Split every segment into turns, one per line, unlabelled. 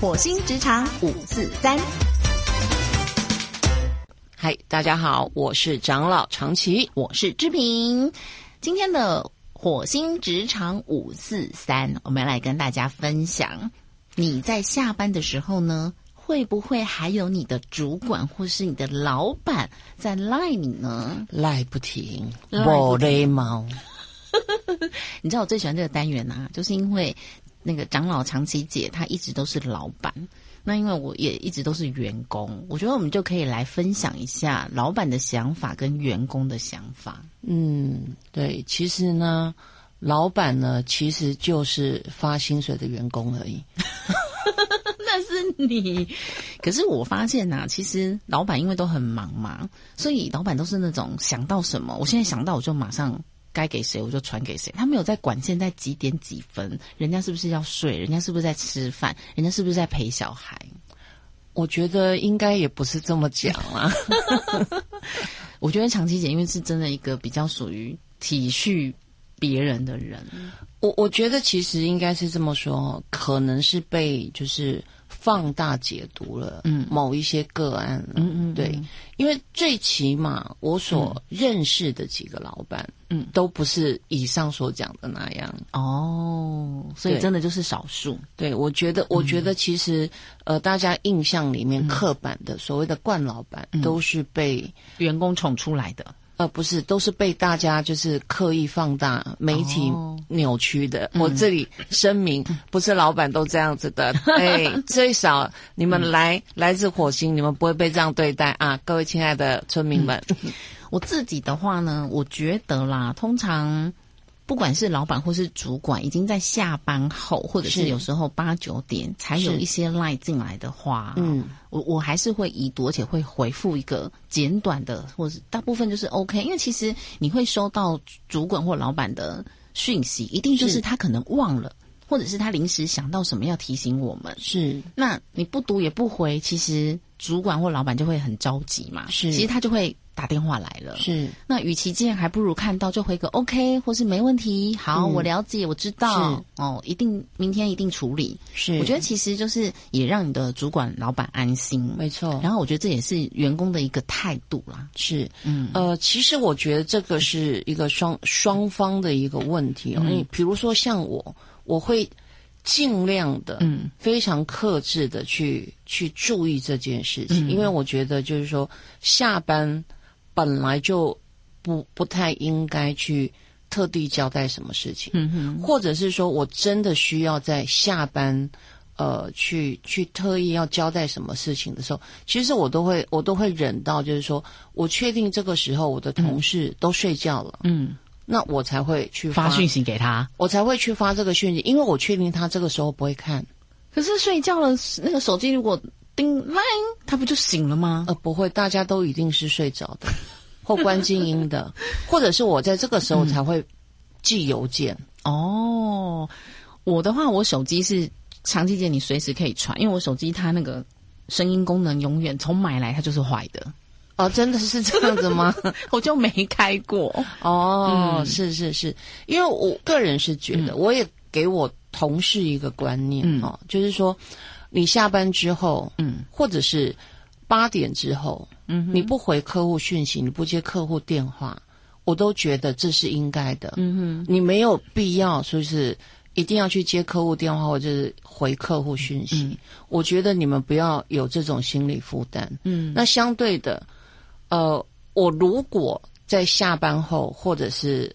火星职场五四三。
嗨，大家好，我是长老长崎。
我是志平。今天的火星职场五四三，我们来跟大家分享，你在下班的时候呢，会不会还有你的主管或是你的老板在赖你呢？
赖不停，
赖不
我的毛，
你知道我最喜欢这个单元啊，就是因为那个长老长期姐她一直都是老板，那因为我也一直都是员工，我觉得我们就可以来分享一下老板的想法跟员工的想法。
嗯，对，其实呢，老板呢，其实就是发薪水的员工而已。
那是你，可是我发现呐、其实老板因为都很忙嘛，所以老板都是那种想到什么，我现在想到我就马上。该给谁我就传给谁，他没有在管现在几点几分，人家是不是要睡，人家是不是在吃饭，人家是不是在陪小孩。
我觉得应该也不是这么讲啦、
我觉得长期姐因为是真的一个比较属于体恤别人的人，
我我觉得其实应该是这么说哦，可能是被就是放大解读了，
嗯
某一些个案了，
嗯嗯嗯
对，因为最起码我所认识的几个老板，
嗯
都不是以上所讲的那样，
哦，所以
对
真的就是少数，
对我觉得，我觉得其实、呃，大家印象里面刻板的、所谓的惯老板，都是被。
员工宠出来的。
呃，不是，都是被大家就是刻意放大、媒体
哦
扭曲的。我这里声明，不是老板都这样子 的。哎，最少你们来、来自火星，你们不会被这样对待啊！各位亲爱的村民们，
我自己的话呢，我觉得啦，通常不管是老板或是主管，已经在下班后，或者是
是
有时候八九点才有
是
一些赖进来的话，
嗯，
我我还是会已读，而且会回复一个简短的，或是大部分就是 OK，因为其实你会收到主管或老板的讯息，一定就是
是
他可能忘了，或者是他临时想到什么要提醒我们。
是
那你不读也不回，其实主管或老板就会很着急嘛，
是
其实他就会打电话来了，
是
那与其这样，还不如看到就回个 OK，或是没问题，好，
嗯
我了解，我知道，哦，一定明天一定处理。
是，
我觉得其实就是也让你的主管老板安心，
没错。
然后我觉得这也是员工的一个态度啦。
是，
嗯
呃，其实我觉得这个是一个双双方的一个问题哦。因为比如说像我，我会尽量的，
嗯，
非常克制的去去注意这件事情，因为我觉得就是说下班本来就不不太应该去特地交代什么事情，
嗯哼，
或者是说我真的需要在下班，呃，去去特意要交代什么事情的时候，其实我都会我都会忍到，就是说我确定这个时候我的同事都睡觉了，
嗯，
那我才会去
发
发
讯，息给他。
我才会去发这个讯息，因为我确定他这个时候不会看，
可是睡觉了，那个手机如果叮 line，他不就醒了吗？
呃，不会，大家都一定是睡着 的，或关静音的，或者是我在这个时
嗯
候才会寄邮件，
哦，我的话，我手机是长期间你随时可以传，因为我手机它那个声音功能永远从买来它就是坏的。
哦，真的是这样子吗？
我就没开过。
哦，
嗯
是是是，因为我个人是觉得，我也给我同事一个观念、
嗯
哦，就是说，你下班之后，
嗯
或者是八点之后，
嗯
你不回客户讯息，你不接客户电话，我都觉得这是应该的。
嗯
你没有必要说是一定要去接客户电话或者是回客户讯息。
嗯
我觉得你们不要有这种心理负担。
哼，嗯
那相对的，呃，我如果在下班后或者是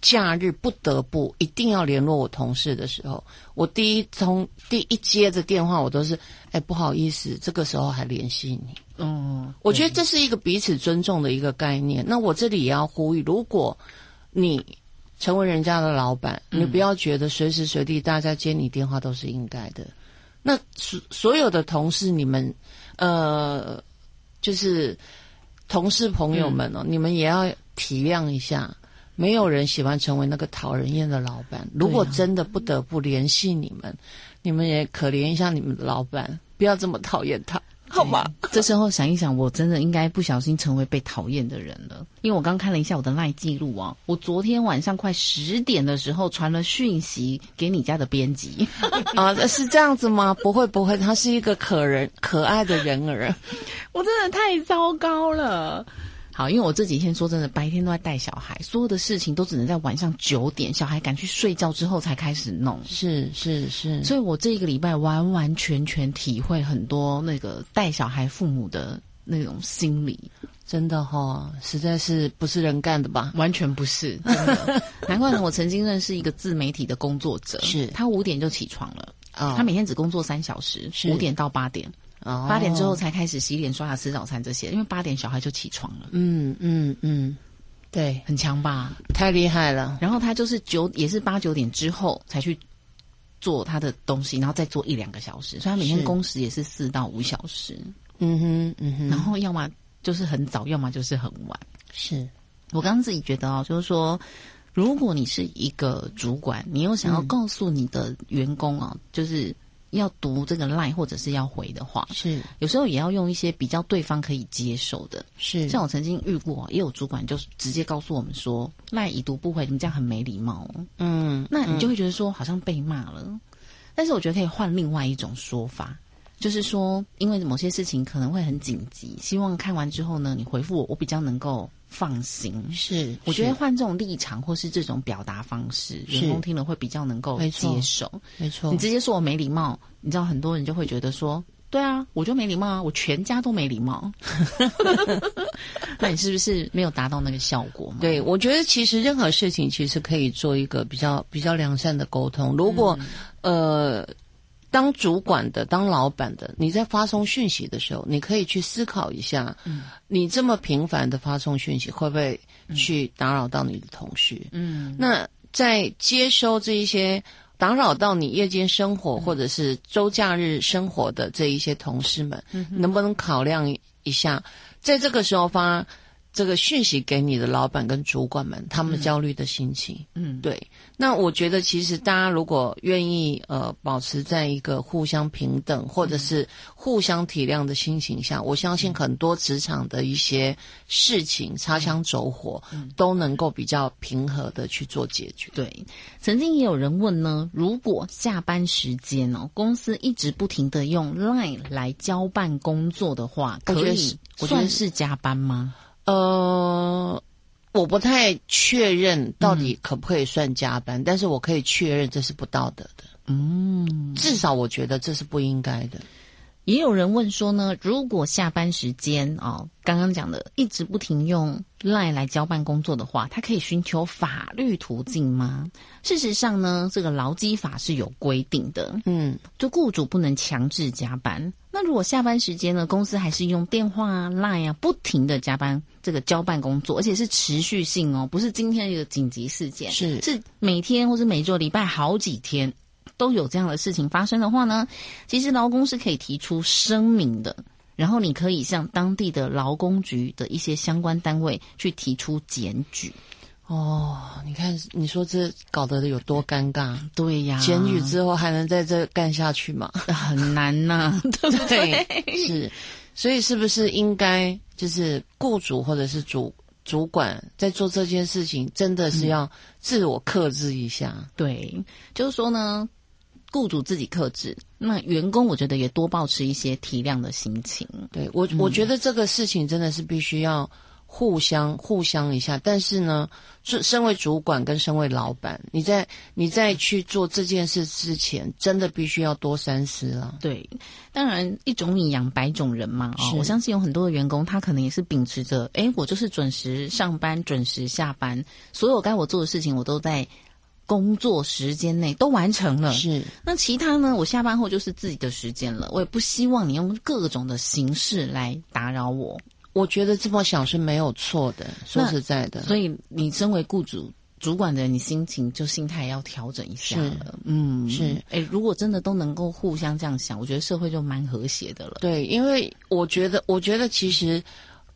假日不得不一定要联络我同事的时候，我第一通第一接的电话，我都是哎不好意思，这个时候还联系你。
哦，
我觉得这是一个彼此尊重的一个概念。那我这里也要呼吁，如果你成为人家的老板，你不要觉得随时随地大家接你电话都是应该的。那所所有的同事，你们呃，就是同事朋友们哦，你们也要体谅一下。没有人喜欢成为那个讨人厌的老板。如果真的不得不联系你们，你们也可怜一下你们的老板，不要这么讨厌他。好吗？
这时候想一想，我真的应该不小心成为被讨厌的人了，因为我刚看了一下我的赖记录啊，我昨天晚上快十点的时候传了讯息给你家的编辑，
啊，是这样子吗？不会不会，他是一个可人可爱的人儿。
我真的太糟糕了。好，因为我这几天说真的，白天都在带小孩，所有的事情都只能在晚上九点，小孩赶去睡觉之后才开始弄。
是是是，
所以我这一个礼拜完完全全体会很多那个带小孩父母的那种心理，
真的哈、实在是不是人干的吧？
完全不 是真的。难怪呢，我曾经认识一个自媒体的工作者，
是
他五点就起床了，
啊、
他每天只工作三小时，
是
五点到八点，
哦
八点之后，才开始洗脸、刷牙、吃早餐这些，因为八点小孩就起床了，
嗯嗯嗯，对，
很强吧？
太厉害了。
然后他就是九也是八九点之后才去。做他的东西，然后再做一两个小时，所以他每天
是
工时也是四到五小时。
嗯哼嗯哼，
然后要么就是很早，要么就是很晚。
是
我刚刚自己觉得哦，就是说，如果你是一个主管，你又想要告诉你的员工啊、就是要读这个 line 或者是要回的话，
是
有时候也要用一些比较对方可以接受的。
是，
像我曾经遇过，也有主管就是直接告诉我们说，赖已读不回，你们这样很没礼貌哦。
嗯，
那你就会觉得说好像被骂了。但是我觉得可以换另外一种说法，就是说，因为某些事情可能会很紧急，希望看完之后呢，你回复我，我比较能够放心。
嗯是，
我觉得
是
换这种立场或是这种表达方式，
是
员工听了会比较能够
没错
接受。
没错
你，直接说我没礼貌，你知道很多人就会觉得说，对啊，我就没礼貌啊，我全家都没礼 貌。 那你是不是没有达到那个效果嘛？
对，我觉得其实任何事情其实可以做一个比较比较良善的沟通。如果、呃，当主管的、当老板的，你在发送讯息的时候，你可以去思考一下，你这么频繁的发送讯息，会不会去打扰到你的同事？
嗯，
那在接收这一些打扰到你夜间生活或者是周假日生活的这一些同事们，能不能考量一下，在这个时候发这个讯息给你的老板跟主管们，他们焦虑的心情？
嗯，
对，那我觉得其实大家如果愿意呃保持在一个互相平等或者是互相体谅的心情下，我相信很多职场的一些事情擦枪走火、都能够比较平和的去做解决。
对，曾经也有人问呢，如果下班时间哦，公司一直不停的用 Line 来交办工作的话，
我觉
可
得
以
是我觉得
算是加班吗？
呃，我不太确认到底可不可以算加班，但是我可以确认这是不道德的，
嗯，
至少我觉得这是不应该的。
也有人问说呢，如果下班时间哦，刚刚讲的一直不停用 Line 来交办工作的话，他可以寻求法律途径吗？事实上呢，这个劳基法是有规定的，
嗯，
就雇主不能强制加班。那如果下班时间呢，公司还是用电话啊、Line 啊，不停的加班这个交办工作，而且是持续性哦，不是今天一个紧急事件，
是
是每天或是每周礼拜好几天都有这样的事情发生的话呢，其实劳工是可以提出声明的。然后你可以向当地的劳工局的一些相关单位去提出检举。
哦，你看你说这搞得有多尴尬。
对呀，
检举之后还能在这干下去 吗？
很难呐、对不对？
是，所以是不是应该就是雇主或者是主主管在做这件事情，真的是要自我克制一下？
对，就是说呢，雇主自己克制，那员工我觉得也多保持一些体谅的心情。
对我，嗯我觉得这个事情真的是必须要互相互相一下。但是呢，是身为主管跟身为老板，你在你在去做这件事之前，真的必须要多三思啊。
对，当然一种米养百种人嘛。哦
是，
我相信有很多的员工，他可能也是秉持着，哎，我就是准时上班、准时下班，所有该我做的事情我都在工作时间内都完成了。
是
那其他呢？我下班后就是自己的时间了，我也不希望你用各种的形式来打扰我。
我觉得这么想是没有错的。说
那
实在的，
所以你身为雇主主管的人，你心情就心态要调整一下了。嗯，
是
哎、如果真的都能够互相这样想，我觉得社会就蛮和谐的了。
对，因为我觉得，我觉得其实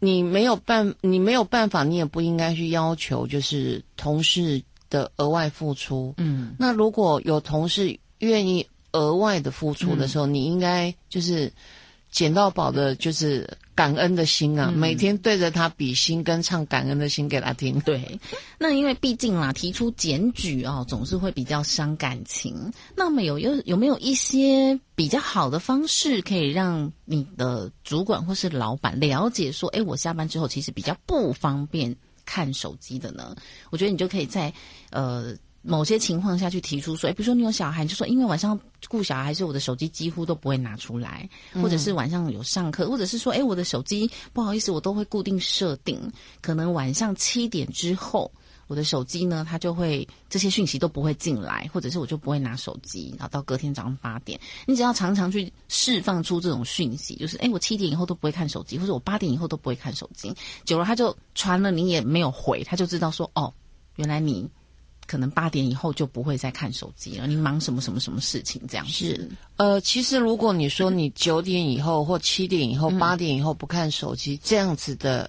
你没有办，你没有办法，你也不应该去要求就是同事的额外付出。
嗯，
那如果有同事愿意额外的付出的时候，你应该就是捡到宝的，就是感恩的心啊，每天对着他比心跟唱感恩的心给他听。
对，那因为毕竟啦，提出检举哦，总是会比较伤感情。那么有有有没有一些比较好的方式，可以让你的主管或是老板了解说，哎，我下班之后其实比较不方便看手机的呢？我觉得你就可以在呃。某些情况下去提出说，哎，比如说你有小孩，你就说因为晚上顾小孩，所以我的手机几乎都不会拿出来，或者是晚上有上课，或者是说，哎，我的手机不好意思，我都会固定设定，可能晚上七点之后，我的手机呢，它就会这些讯息都不会进来，或者是我就不会拿手机，然后到隔天早上八点，你只要常常去释放出这种讯息，就是，哎，我七点以后都不会看手机，或者我八点以后都不会看手机，久了他就传了，你也没有回，他就知道说，哦，原来你。可能八点以后就不会再看手机了。你忙什么什么什么事情这样子？
是，呃，其实如果 你说你九点以后或七点以后、
嗯
八点以后不看手机、这样子的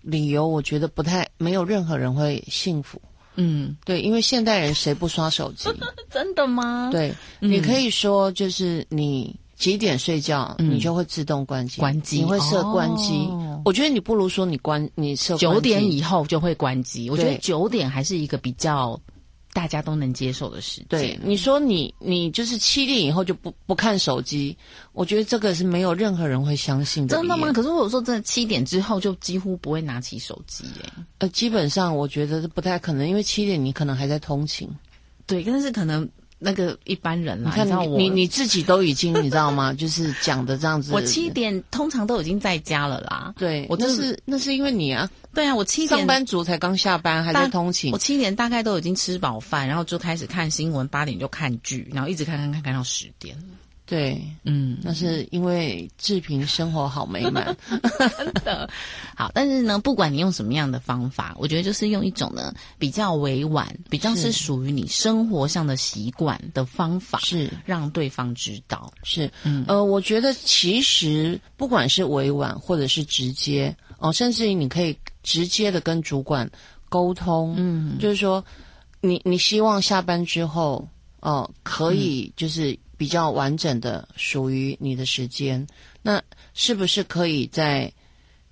理由，我觉得不太没有任何人会幸福。
嗯，
对，因为现代人谁不刷手机？
真的吗？，
对，
嗯
你可以说就是你几点睡觉，你就会自动关机，
嗯关机
你会设关机。
哦
我觉得你不如说你关你设关机
九点以后就会关机。我觉得
对
九点还是一个比较大家都能接受的时间。
对，你说你你就是七点以后就不不看手机，我觉得这个是没有任何人会相信的。
真的吗？？可是我说真的，七点之后就几乎不会拿起手机耶。
呃，基本上我觉得是不太可能，因为七点你可能还在通勤。
对，但是可能那个一般人啦，
你看
啊知道
你
我
你你自己都已经你知道吗？就是讲的这样子。
我七点通常都已经在家了啦。
对，
我
那
就是
那是因为你啊，
对啊，我七点
上班族才刚下班还在
但
通勤
我。七点大概都已经吃饱饭，然后就开始看新闻，八点就看剧，然后一直看看看看到十点。
对，
嗯，
那是因为志平生活好美 满，
真的好。但是呢，不管你用什么样的方法，我觉得就是用一种呢比较委婉、比较是
是
属于你生活上的习惯的方法，
是
让对方知道。
是，
嗯
呃，我觉得其实不管是委婉或者是直接哦，甚至于你可以直接的跟主管沟通，
嗯，
就是说你你希望下班之后哦、可以就是比较完整的属于你的时间，那是不是可以在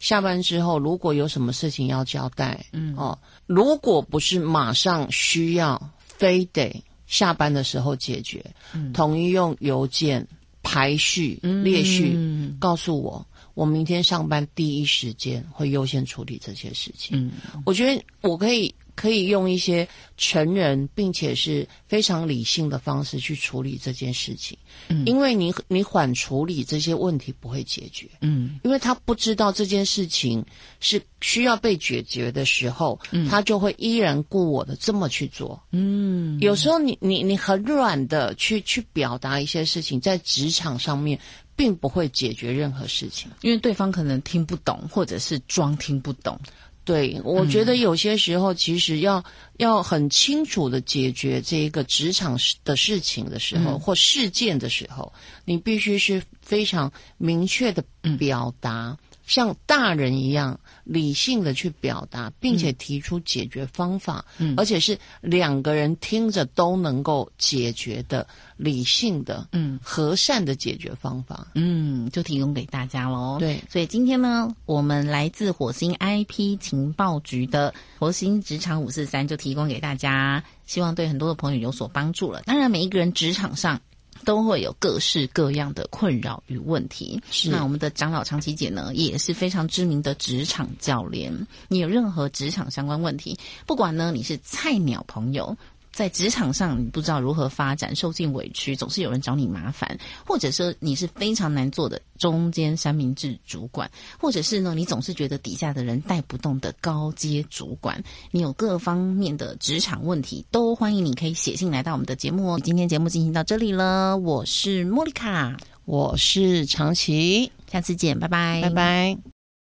下班之后如果有什么事情要交代，嗯哦，如果不是马上需要，非得下班的时候解决，统一用邮件排序列序、
嗯
告诉我，我明天上班第一时间会优先处理这些事情。
嗯
我觉得我可以可以用一些成人并且是非常理性的方式去处理这件事情，
嗯
因为你你缓处理这些问题不会解决。
嗯
因为他不知道这件事情是需要被解决的时候，他就会依然顾我的这么去做。
嗯，
有时候你你你很软的去去表达一些事情，在职场上面并不会解决任何事情。
因为对方可能听不懂，或者是装听不懂。
对，我觉得有些时候其实要、要很清楚的解决这一个职场事的事情的时候、或事件的时候，你必须是非常明确的表达，像大人一样理性的去表达，并且提出解决方法，
嗯
而且是两个人听着都能够解决的理性的、
嗯
和善的解决方法。
嗯，就提供给大家喽。
对
所以今天呢，我们来自火星 IP 情报局的火星职场五四三就提供给大家，希望对很多的朋友有所帮助了。当然，每一个人职场上。都会有各式各样的困扰与问题。
是
那我们的长老长期姐呢，也是非常知名的职场教练。你有任何职场相关问题，不管呢你是菜鸟朋友，在职场上你不知道如何发展，受尽委屈，总是有人找你麻烦，或者说你是非常难做的中间三明治主管，或者是呢你总是觉得底下的人带不动的高阶主管，你有各方面的职场问题，都欢迎你可以写信来到我们的节目哦。今天节目进行到这里了，我是莫妮卡，
我是长琪，
下次见，拜拜，
拜拜